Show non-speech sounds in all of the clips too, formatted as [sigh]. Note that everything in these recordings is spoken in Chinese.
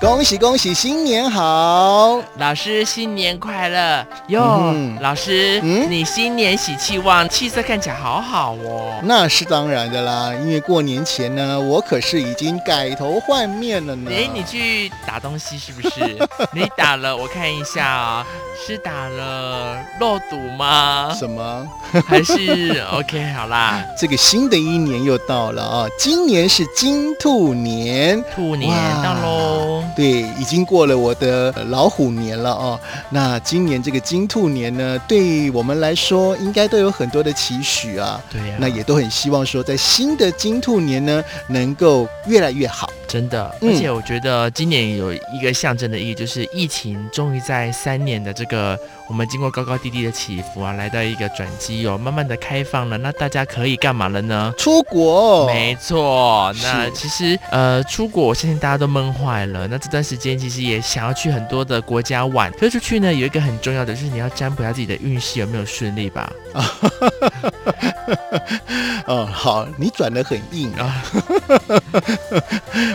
恭喜恭喜，新年好！老师新年快乐哟！嗯老师，嗯你新年喜气旺，气色看起来好好哦。那是当然的啦，因为过年前呢，我可是已经改头换面了呢。哎，你去打东西是不是？ [laughs] 你打了，我看一下啊，是打了肉毒吗？什么？还是 OK 好啦？这个新的一年又到了啊！今年是金兔年，兔年哇到喽！对，已经过了我的呃老虎年了哦。那今年这个金兔年呢，对我们来说应该都有很多的期许啊。对呀、那也都很希望说，在新的金兔年呢，能够越来越好。真的，嗯而且我觉得今年有一个象征的意义，就是疫情终于在三年的这个我们经过高高低低的起伏啊，来到一个转机哦，慢慢的开放了。那大家可以干嘛了呢？出国，没错，哦是那其实呃，出国我相信大家都闷坏了。那这段时间其实也想要去很多的国家玩，推出去呢有一个很重要的就是你要占卜一下自己的运势有没有顺利吧。 [laughs] 哦，好，你转得很硬啊啊。 [laughs]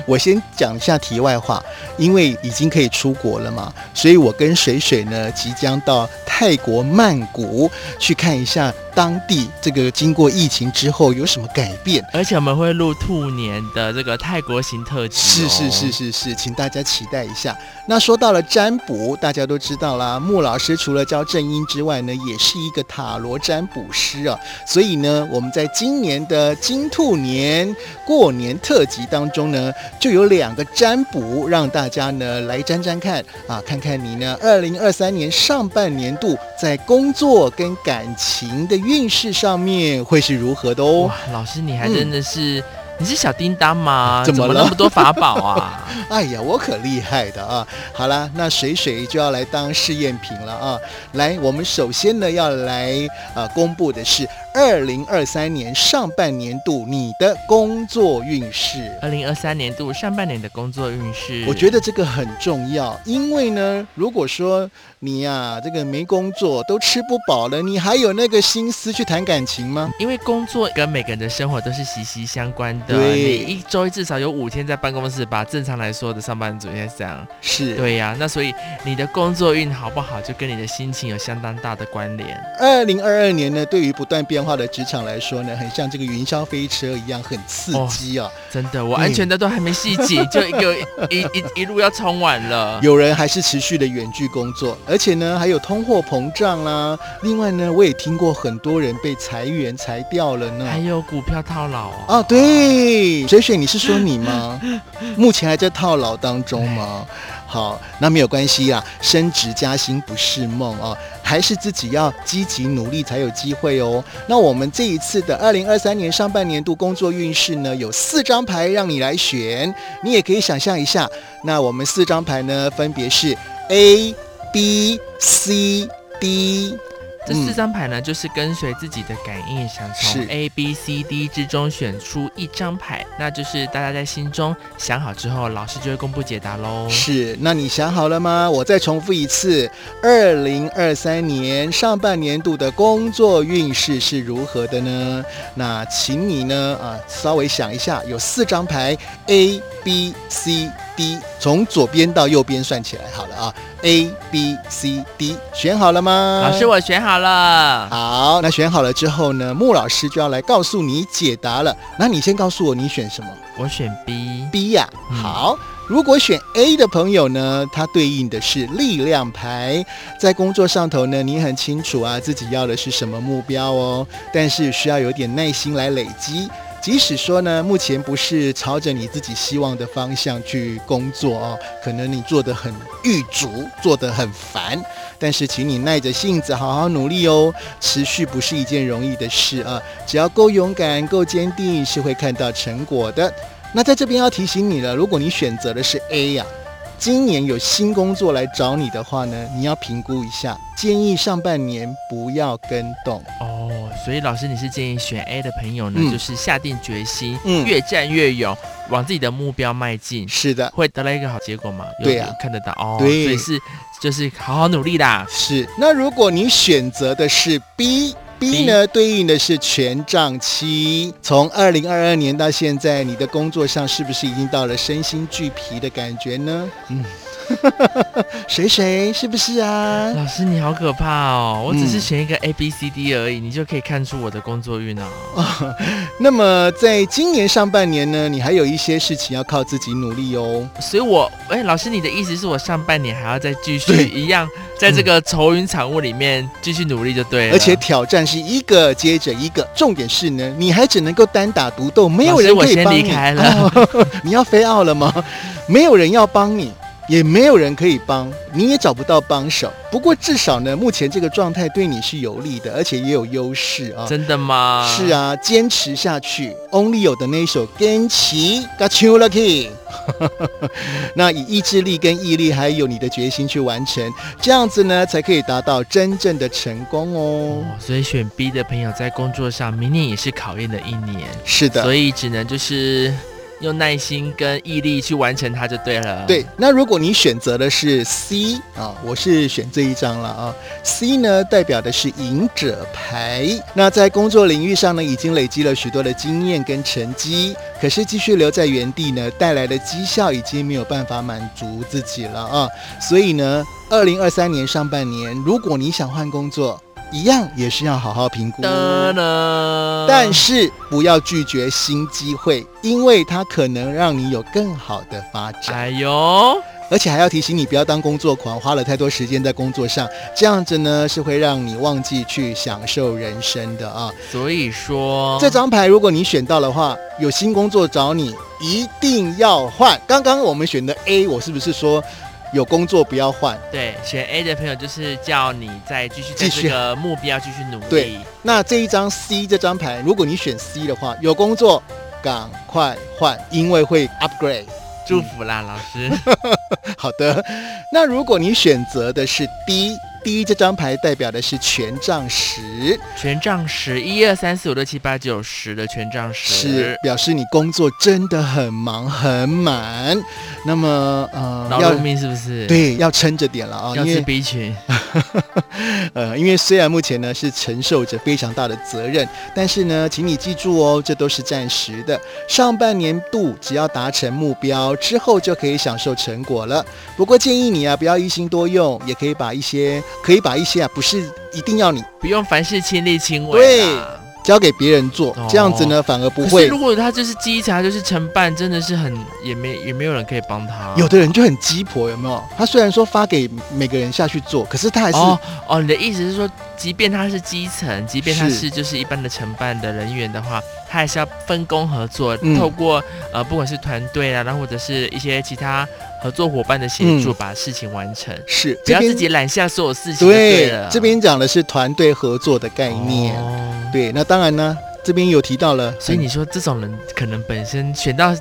我先讲一下题外话，因为已经可以出国了嘛，所以我跟水水呢即将到泰国曼谷去看一下当地这个经过疫情之后有什么改变。而且我们会录兔年的这个泰国行特辑、是哦，是是是是，请大家期待一下。那说到了占卜，大家都知道啦，穆老师除了教正音之外呢，也是一个塔罗占卜师啊。所以呢，我们在今年的金兔年过年特辑当中呢，就有两个占卜让大家呢来沾沾看啊，看看你呢二零二三年上半年度在工作跟感情的运势上面会是如何的哦哇。，老师你还真的是，你是小叮当吗？嗯 [laughs] 怎怎么了那么多法宝啊？ [laughs] 哎呀，我可厉害的啊！好啦，那水水就要来当试验品了啊！来，我们首先呢要来呃公布的是二零二三年上半年度你的工作运势。二零二三年度上半年的工作运势，我觉得这个很重要，因为呢，如果说你呀、这个没工作都吃不饱了，你还有那个心思去谈感情吗？因为工作跟每个人的生活都是息息相关的，对你一周至少有五天在办公室吧，正常来说的上班族应该是这样。是，对呀、那所以你的工作运好不好，就跟你的心情有相当大的关联。二零二二年呢，对于不断变化的职场来说呢，很像这个云霄飞车一样，很刺哦激啊！真的，我安全带都还没系 [laughs] 紧，就一个一一一路要冲完了。有人还是持续的远距工作，而且呢还有通货膨胀啦、另外呢，我也听过很多人被裁员裁掉了呢还。有股票套牢哦。啊，对，水水，你是说你吗？目前还在套牢当中吗？好，那没有关系啦，升职加薪不是梦啊，还是自己要积极努力才有机会哦。那我们这一次的二零二三年上半年度工作运势呢，有四张牌让你来选，你也可以想象一下。那我们四张牌呢，分别是 A、B、C、D。这四张牌呢，就是跟随自己的感应，想从嗯是 A、B、C、D 之中选出一张牌，那就是大家在心中想好之后，老师就会公布解答喽。是，那你想好了吗？我再重复一次，二零二三年上半年度的工作运势是如何的呢？那请你呢啊，稍微想一下，有四张牌 A、B、C、D，从左边到右边算起来好了啊，A、B、C、D，选好了吗？老师，我选好嗯了。好，那选好了之后呢，穆老师就要来告诉你解答了。那你先告诉我你选什么？我选 B。 B 呀、嗯好，如果选 A 的朋友呢，它对应的是力量牌。在工作上头呢，你很清楚啊自己要的是什么目标哦，但是需要有点耐心来累积。即使说呢，目前不是朝着你自己希望的方向去工作哦，可能你做得很欲足，做得很烦，但是请你耐着性子好好努力哦。持续不是一件容易的事啊，只要够勇敢、够坚定，是会看到成果的。那在这边要提醒你了，如果你选择的是 A 呀、今年有新工作来找你的话呢，你要评估一下，建议上半年不要跟动。哦，所以老师，你是建议选 A 的朋友呢，嗯就是下定决心，嗯越战越勇，往自己的目标迈进，是的，会得到一个好结果吗？有对呀看得到哦。对所以是就是好好努力啦。是。那如果你选择的是 B， B 呢，对应的是权杖七。从二零二二年到现在，你的工作上是不是已经到了身心俱疲的感觉呢？ [laughs] 嗯，谁谁是不是啊？老师你好可怕哦！我只是嗯选一个 A B C D 而已，你就可以看出我的工作运啊。那么在今年上半年呢，你还有一些事情要靠自己努力哦。所以我，哎，老师你的意思是我上半年还要再继续对嗯一样，在这个愁云惨雾里面继续努力就对了。啊而且挑战是一个接着一个，重点是呢，你还只能够单打独斗，没有人老可师以我帮先你。离开了哦你要飞奥了吗？ [laughs] 没有人要帮你，也没有人可以帮，你也找不到帮手。不过至少呢，目前这个状态对你是有利的，而且也有优势啊。 [laughs] 真的吗？是，啊，坚持下去。Only 有的那一首《坚持》，Got you lucky。那以意志力跟毅力，还有你的决心去完成，这样子呢，才可以达到真正的成功哦。哦，所以选 B 的朋友在工作上，明年也是考验的一年，是啊的所。以只能就是用耐心跟毅力去完成它就对了。对，那如果你选择的是 C 啊，我是选这一张了啊。C 呢，代表的是赢者牌。那在工作领域上呢，已经累积了许多的经验跟成绩，可是继续留在原地呢，带来的绩效已经没有办法满足自己了啊。所以呢，二零二三年上半年，如果你想换工作，一样也是要好好评估。的呢，但是不要拒绝新机会，因为它可能让你有更好的发展。哎呦，而且还要提醒你不要当工作狂，花了太多时间在工作上，这样子呢是会让你忘记去享受人生的啊。所以说这张牌如果你选到的话，有新工作找你，一定要换。刚刚我们选的 A，我是不是说有工作不要换？对选 A 的朋友就是叫你再继续在继续这个目标继续努力。对那这一张 C 这张牌，如果你选 C 的话，有工作赶快换，因为会 upgrade。 [laughs] 祝福啦，老师。嗯好的，那如果你选择的是 D，D 这张牌代表的是权杖十。权杖十，一二三四五六七八九十的权杖十是。表示你工作真的很忙很满，那么呃劳要碌命是不是？，对要撑着点了啊、要因吃为 B 群。呃因为虽然目前呢是承受着非常大的责任，但是呢，请你记住哦，这都是暂时的。上半年度只要达成目标之后就可以享受成果了。不过建议你啊不要一心多用，也可以把一些可以把一些啊不是一定要你不用凡事亲力亲为啦。交给别人做，这样子呢反而不哦可是会如。果他就是稽查，就是承办，真的是很也没也没有人可以帮他。有的人就很鸡婆，有没有？他虽然说发给每个人下去做，可是他还是、哦哦，你的意思是说，即便他是基层，即便他是是就是一般的承办的人员的话，他还是要分工合作，嗯透过呃不管是团队啊，然后或者是一些其他合作伙伴的协助，把事情完成，是不嗯这要边自己揽下所有事情就对了。这边讲的是团队合作的概念。哦对，那当然呢，这边有提到了，所以你说这种人可能本身选到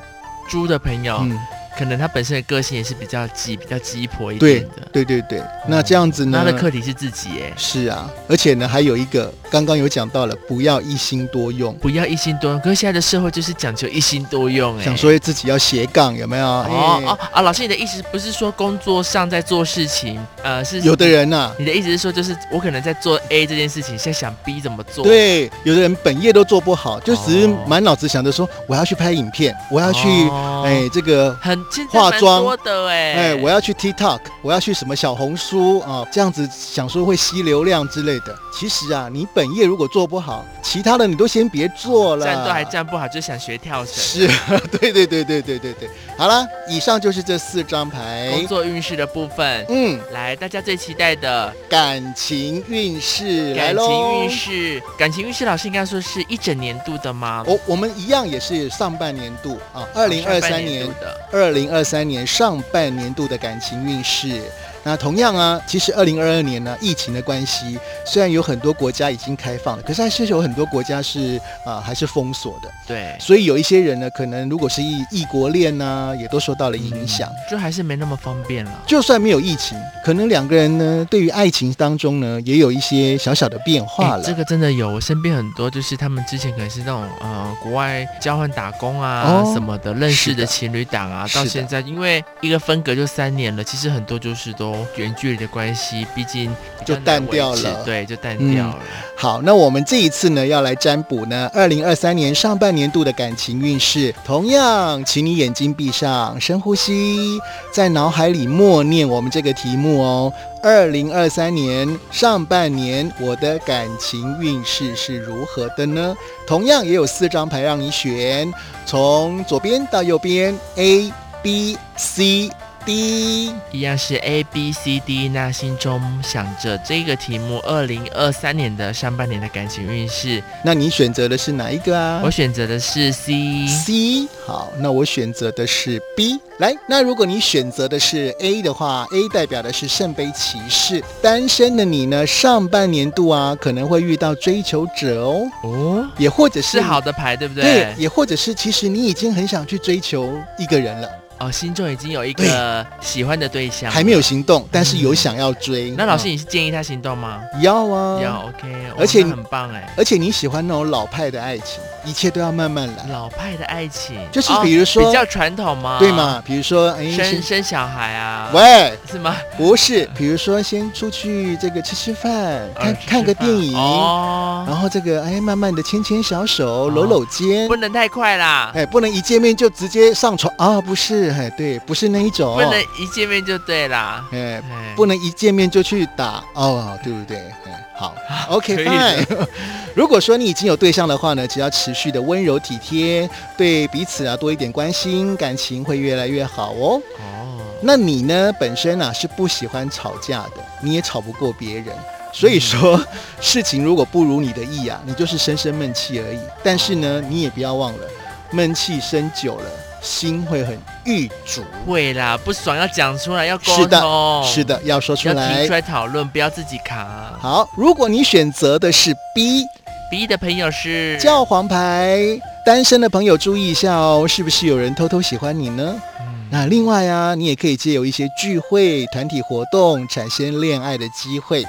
猪的朋友，嗯，可能他本身的个性也是比较急、比较鸡婆一对点的。对对对，嗯那这样子他呢的？课题是自己耶，是啊，而且呢，还有一个刚刚有讲到了，不要一心多用，不要一心多用。可是现在的社会就是讲究一心多用，哎，想说自己要斜杠，有没有？哦哎哦啊！老师，你的意思不是说工作上在做事情，呃，是有的人啊呐、你的意思是说，就是我可能在做 A 这件事情，现在想 B 怎么做？，对，有的人本业都做不好，就只是哦满脑子想着说我要去拍影片，我要去哦哎、这个很现在化蛮妆多的哎，哎，我要去 TikTok，我要去什么小红书啊，这样子想说会吸流量之类的。其实啊，你本业如果做不好，其他的你都先别做了。站都还站不好，就想学跳绳。是， [laughs] 对对对对对对对。好了，以上就是这四张牌工。作运势的部分，嗯，来，大家最期待的感情运势来感喽。情运势，感情运势，老师应该说是一整年度的吗？我我们一样也是上半年度啊，哦二零二哦上半三年度的，二零二三年上半年度的感情运势。那同样啊，其实二零二二年呢，疫情的关系，虽然有很多国家已经开放了，可是还是有很多国家是啊、还是封锁的，对，所以有一些人呢，可能如果是异异国恋呢、也都受到了影响。嗯就还是没那么方便了。就算没有疫情，可能两个人呢，对于爱情当中呢，也有一些小小的变化欸了。这个真的有，我身边很多就是他们之前可能是那种呃国外交换打工啊、哦什么的，认识是的的情侣档啊，是到的现在因为一个分隔就三年了，其实很多就是都由远距离的关系，毕竟比较就淡难维掉持了对，就淡嗯掉了。好，那我们这一次呢，要来占卜呢，二零二三年上半年度的感情运势。同样，请你眼睛闭上，深呼吸，在脑海里默念我们这个题目哦。二零二三年上半年，我的感情运势是如何的呢？同样也有四张牌让你选，从左边到右边，A、B、C、D。一样是 A B C D。那心中想着这个题目，二零二三年的上半年的感情运势，那你选择的是哪一个啊？我选择的是 C。 C，好，那我选择的是 B。来，那如果你选择的是 A 的话，A 代表的是圣杯骑士。单身的你呢，上半年度啊，可能会遇到追求者哦，哦，也或者是是好的牌，对不对对？，也或者是其实你已经很想去追求一个人了，哦，心中已经有一个喜欢的对象，还没有。行动，但是有想要追。那老师，嗯你是建议他行动吗？要啊，要 OK，而且哦那很棒哎，而且你喜欢那种老派的爱情，一切都要慢慢来，老派的爱情，就是哦比如说，比较传统吗？对？嘛？比如说，哎，嗯生先生小孩啊？喂。是吗？不是，比如说先出去这个吃吃饭，看呃看个吃饭电影，哦，然后这个哎慢慢的牵牵小手，搂搂肩不，能太快啦，哎不能一见面就直接上床啊，不是，哎对，不是那一种，不能一见面就对啦，哦哎哎不能一见面就去打哦，对不对？哎好，OK 啊可以 fine。如 [laughs] 果说你已经有对象的话呢，只要持续的温柔体贴，对彼此啊多一点关心，感情会越来越好哦。哦，那你呢，本身啊是不喜欢吵架的，你也吵不过别人，所以说、事情如果不如你的意啊，你就是深深闷气而已。但是呢，你也不要忘了，闷气生久了，心会很郁卒。会啦，不爽要讲出来，要沟是的通，是，的，要说出哦要提来出。来讨论，不要自己扛。好，如果你选择的是 B， B 的朋友是教皇牌，单身的朋友注意一下哦，是不是有人偷偷喜欢你呢？嗯那另外啊，你也可以借由一些聚会、团体活动产生恋爱的机会。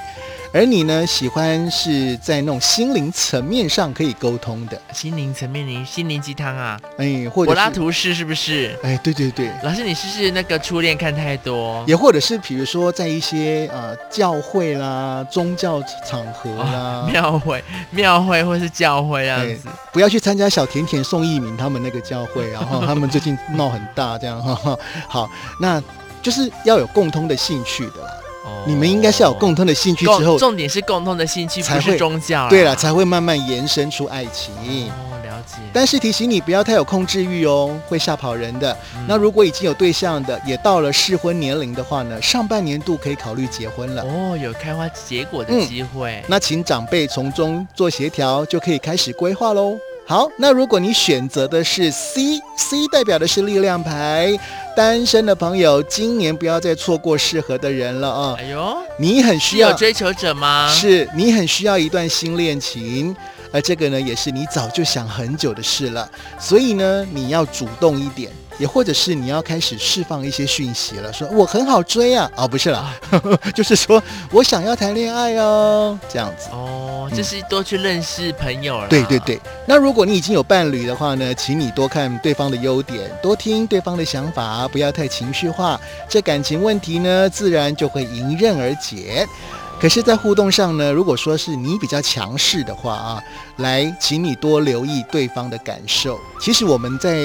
而你呢，喜欢是在那种心灵层面上可以沟通的，心灵层面灵心灵鸡汤啊，哎，或者柏拉是图式是不是？哎，对对对，老师，你是不是那个初恋看太多？也或者是比如说在一些呃教会啦、宗教场合啦，庙会、庙会或是教会这样子，不要去参加小甜甜宋一鸣他们那个教会啊，然 [laughs] 后他们最近闹很大，这样哈哈。好，那就是要有共通的兴趣的啦。哦你们应该是要有共通的兴趣之后共，重点是共同的兴趣，才不会是宗教啦。对了，才会慢慢延伸出爱情。哦，了解。但是提醒你不要太有控制欲哦，会吓跑人的。嗯那如果已经有对象的，也到了适婚年龄的话呢，上半年度可以考虑结婚了。哦，有开花结果的嗯机会。那请长辈从中做协调，就可以开始规划喽。好，那如果你选择的是 C，C 代表的是力量牌，单身的朋友今年不要再错过适合的人了啊、哎呦，你很需是有要追求者吗？是你很需要一段新恋情，而这个呢，也是你早就想很久的事了。所以呢，你要主动一点，也或者是你要开始释放一些讯息了，说我很好追啊，哦，不是啦， [laughs] 就是说我想要谈恋爱哦，这样子。哦，嗯就是多去认识朋友了。对对，对，那如果你已经有伴侣的话呢，请你多看对方的优点，多听对方的想法，不要太情绪化，这感情问题呢，自然就会迎刃而解。可是，在互动上呢，如果说是你比较强势的话啊，来，请你多留意对方的感受。其实我们在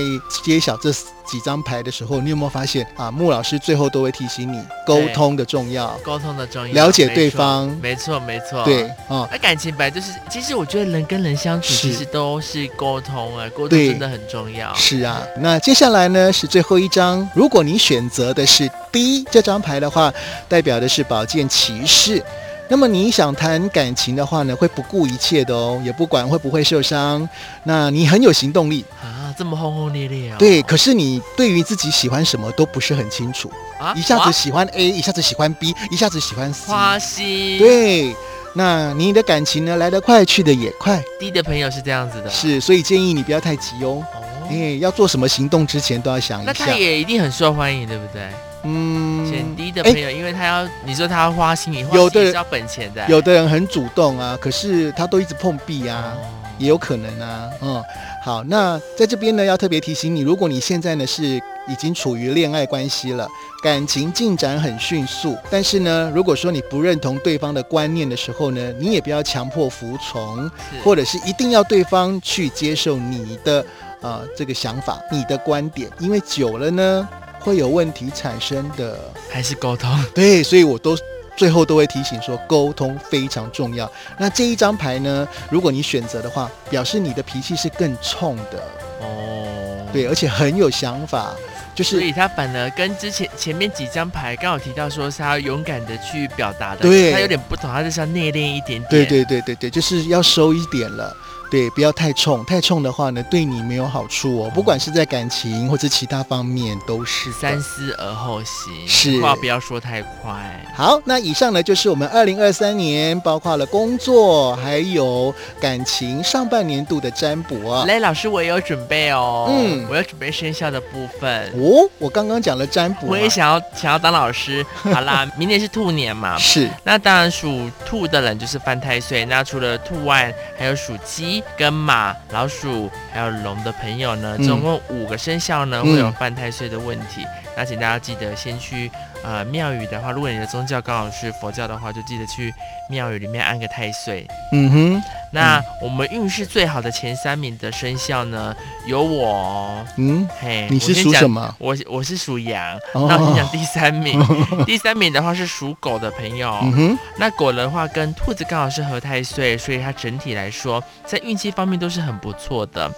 揭晓这几张牌的时候，你有没有发现啊？穆老师最后都会提醒你沟对通的重要。沟通的重要，了解没对错方没错没错。对。啊，那感情本来就是，其实我觉得人跟人相处是其实都是沟通啊，沟通对真的很重要。是啊，那接下来呢是最后一张。如果你选择的是 D 这张牌的话，代表的是宝剑骑士。那么你想谈感情的话呢，会不顾一切的哦，也不管会不会受伤。那你很有行动力，啊，这么轰轰烈烈哦。对。可是你对于自己喜欢什么都不是很清楚，啊一下哇子喜欢 A，一下子喜欢 B，一下子喜欢 C。花心，，对，那你的感情呢来得快，去得也快，低的朋友是这啊样子的。。是，所以建议你不要太急哦。哦。哎，要做什么行动之前都要想一那下。他也一定很受欢迎，对不对？嗯选低的哎朋友，因为他要你说他要花心，你花有的心也人是要本钱的。有的人很主动啊，可是他都一直碰壁啊。哦也有可能啊。嗯，好，那在这边呢，要特别提醒你，如果你现在呢是已经处于恋爱关系了，感情进展很迅速，但是呢，如果说你不认同对方的观念的时候呢，你也不要强迫服从，或者是一定要对方去接受你的啊、呃这个想法、你的观点，因为久了呢会有问题产生的。还是沟通，对，所以我都最后都会提醒说，沟通非常重要。那这一张牌呢，如果你选择的话，表示你的脾气是更冲的，哦，对，而且很有想法，就所是以他反而跟之前前面几张牌刚好提到说是他勇敢的去表达的，对他有点不同，他就是要内敛一点点，对对对对对，就是要收一点了。对，不要太冲，太冲的话呢，对你没有好处哦。不管是在感情或者其他方面，都是的三思而后行，是啊话不要说太快。好，那以上呢就是我们二零二三年包括了工作还有感情上半年度的占卜啊。雷老师，我也有准备哦，嗯我要准备生肖的部分。哦，我刚刚讲了占卜嘛，啊我也想要想要当老 [laughs] 师，好啦，明年是兔年嘛，是那当然属兔的人就是犯太岁。那除了兔外，还有属鸡、跟马、老鼠，还有龙的朋友呢，嗯总共五个生肖呢、嗯会有犯太岁的问题。那请大家记得先去呃庙宇的话，如果你的宗教刚好是佛教的话，就记得去庙宇里面安个太岁。嗯哼，那我们运势最好的前三名的生肖呢，有我哦，嗯，嘿，你是我先属讲什么？我我是属羊，哦那我先讲第 [laughs] 三名。第三名的话是属狗的朋友，嗯哼，那狗的话跟兔子刚好是合太岁，所以它整体来说在运气方面都是很不错的。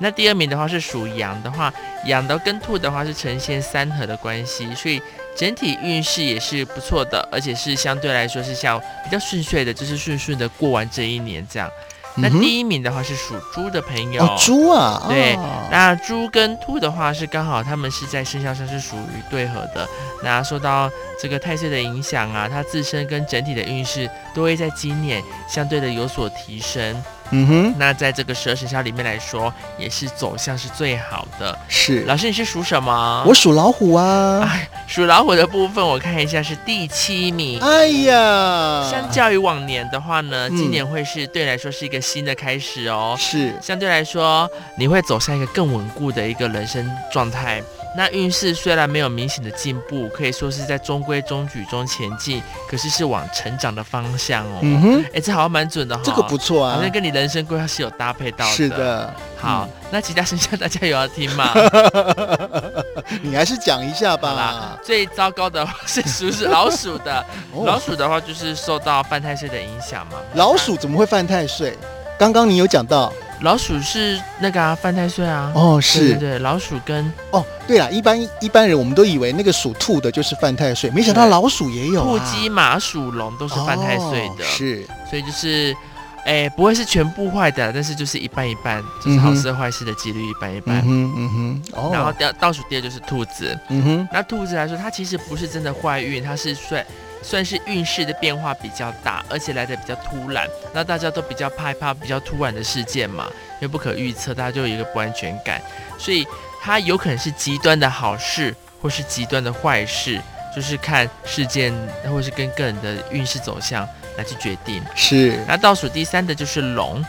那第二名的话是属羊的话，羊的跟兔的话是呈现三合的关系，所以整体运势也是不错的，而且是相对来说是像比较顺遂的，就是顺顺的过完这一年这样。那嗯哼第一名的话是属猪的朋友，哦，猪啊，对哦那猪跟兔的话是刚好，他们是在生肖上是属于对合的。那受到这个太岁的影响啊，它自身跟整体的运势都会在今年相对的有所提升。嗯哼，那在这个十二生肖里面来说，也是走向是最好的。是老师，哎你是属什么？我属老虎啊，属老虎的部分，我看一下是第七名。哎呀，相较于往年的话呢，嗯今年会是对你来说是一个新的开始哦。是相对来说，你会走向一个更稳固的一个人生状态。那运势虽然没有明显的进步，可以说是在中规中矩中前进，可是是往成长的方向哦。嗯哼，哎、这好像蛮准的哈、这个不错好啊像，跟你人生规划是有搭配到的。是，的，嗯好，那其他生肖大家有要听 [laughs] 吗？你还是讲一下好啦吧，。最糟糕的是属是老鼠的，[laughs] 老哦，鼠的话就是受到犯太岁的影响嘛。老鼠怎么会犯太岁？刚刚你有讲到老鼠是那个啊，犯太岁啊。哦，对对是对，老鼠跟哦，对啦，一般一般人我们都以为那个属兔的就是犯太岁，没想到对老鼠也有兔、啊，鸡、马、鼠、龙都是犯太岁的，哦是所以就是，哎、不会是全部坏的，但是就是一半一半，就是好事坏事的几率一半一半。嗯哼嗯哼，哦，然后第二倒数第二就是兔子，嗯哼那兔子来说，它其实不是真的坏运，它是算算是运势的变化比较大，而且来的比较突然，那大家都比较害怕比较突然的事件嘛，因为不可预测，大家就有一个不安全感，所以它有可能是极端的好事，或是极端的坏事，就是看事件或是跟个人的运势走向来去决定。是那倒数第三的就是龙，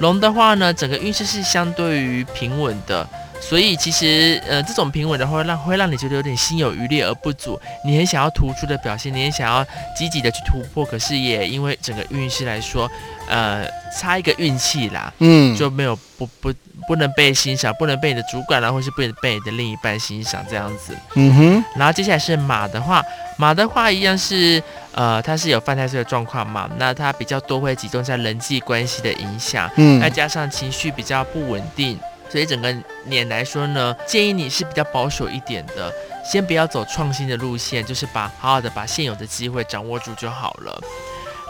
龙的话呢，整个运势是相对于平稳的，所以其实呃，这种平稳的话会让会让你觉得有点心有余力而不足，你很想要突出的表现，你很想要积极的去突破，可是也因为整个运势来说，呃，差一个运气啦，嗯就没有不不不能被欣赏，不能被你的主管啊啦，或是不能被你的另一半欣赏这样子。嗯哼然后接下来是马的话，马的话一样是，呃，它是有犯太岁的状况嘛，那它比较多会集中在人际关系的影响，再嗯加上情绪比较不稳定，所以整个年来说呢，建议你是比较保守一点的，先不要走创新的路线，就是把好好的把现有的机会掌握住就好了。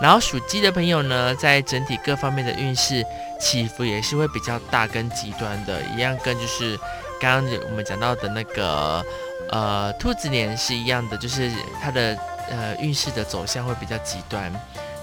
然后属鸡的朋友呢，在整体各方面的运势起伏也是会比较大跟极端的，一样跟就是刚刚我们讲到的那个呃兔子年是一样的，就是它的呃运势的走向会比较极端，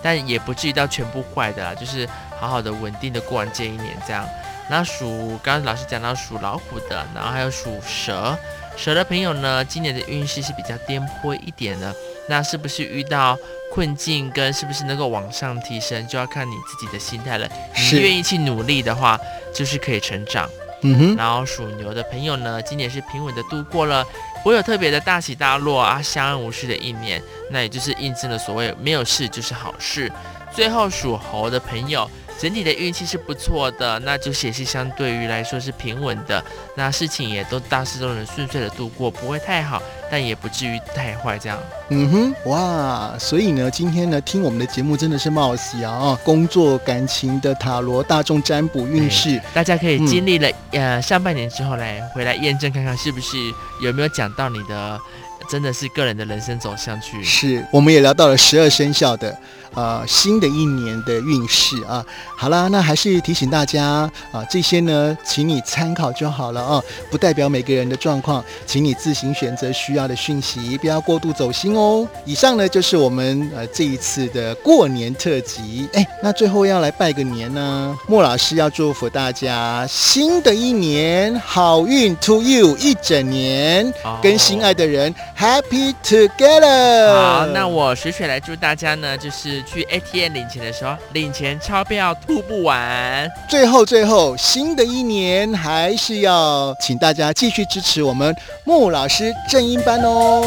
但呃也不至于到全部坏的啦，就是好好的稳定的过完这一年这样。那属刚刚老师讲到属老虎的，然后还有属蛇，蛇的朋友呢，今年的运势是比较颠簸一点的，那是不是遇到困境跟是不是能够往上提升，就要看你自己的心态了。你是愿意去努力的话，就是可以成长。嗯哼，然后属牛的朋友呢，今年是平稳的度过了，不会有特别的大起大落啊，相安无事的一年。那也就是印证了所谓没有事就是好事。最后属猴的朋友，整体的运气是不错的，那就是也是相对于来说是平稳的，那事情也都大事都能顺遂的度过，不会太好，但也不至于太坏这样。嗯哼，哇！所以呢，今天呢，听我们的节目真的是冒险啊！工作、感情的塔罗、大众占卜、运势，大家可以嗯经历了、呃上半年之后来回来验证看看是不是有没有讲到你的呃真的是个人的人生走向去。是，我们也聊到了十二生肖的，呃，新的一年的运势啊。好啦，那还是提醒大家啊，这些呢，请你参考就好了啊，不代表每个人的状况，请你自行选择需要的讯息，不要过度走心哦。以上呢，就是我们呃这一次的过年特辑。哎，那最后要来拜个年呢，莫老师要祝福大家新的一年好运 to you 一整年。哦跟心爱的人 happy together。好，那我水水来祝大家呢，就是去 ATM 领钱的时候，领钱钞票吐不完。最后最后，新的一年还是要请大家继续支持我们穆老师正音班哦。